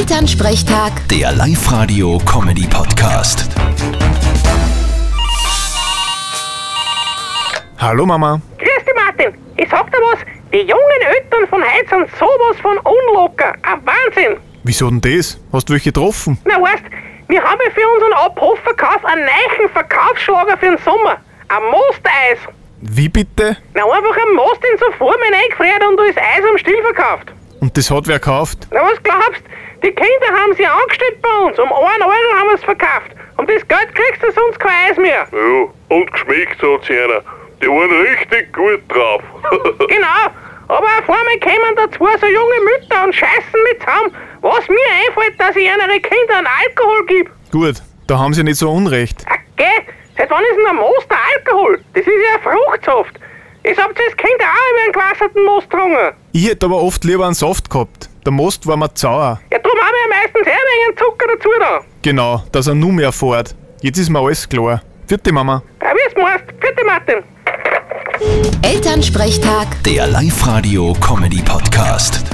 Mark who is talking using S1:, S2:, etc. S1: Elternsprechtag,
S2: Der Live-Radio-Comedy-Podcast.
S3: Hallo Mama.
S4: Grüß dich, Martin. Ich sag dir was, die jungen Eltern von heute sind sowas von unlocker. Ein Wahnsinn.
S3: Wieso denn das? Hast du welche getroffen?
S4: Na, weißt, wir haben ja für unseren Abhofverkauf einen neuen Verkaufsschlager für den Sommer. Ein Mosteis.
S3: Wie bitte?
S4: Na, einfach ein Most in so Form eingefriert und da ist Eis am Stiel verkauft.
S3: Und das hat wer gekauft?
S4: Na, was glaubst, die Kinder haben sie angestellt bei uns. Um 1 Euro haben wir es verkauft. Um das Geld kriegst du sonst kein Eis mehr.
S5: Ja, und geschmeckt hat's einer. Die waren richtig gut drauf.
S4: Genau. Aber auf einmal kommen da zwei so junge Mütter und scheißen mit zusammen, was mir einfällt, dass ich ihren Kindern Alkohol gebe.
S3: Gut, da haben sie nicht so Unrecht.
S4: Ah, Geh, seit wann ist denn ein Most ein Alkohol? Das ist ja ein Fruchtsaft. Ich hab das Kind auch über einen gewasserten Most getrunken.
S3: Ich hätte aber oft lieber einen Saft gehabt. Der Most war mir sauer.
S4: Ja, drum hab ich ja meistens eher einen Zucker dazu da.
S3: Genau, dass er nur mehr fährt. Jetzt ist mir alles klar. Vierte Mama.
S4: Ja, wie es meinst. Bitte, Martin.
S1: Elternsprechtag.
S2: Der Live-Radio-Comedy-Podcast.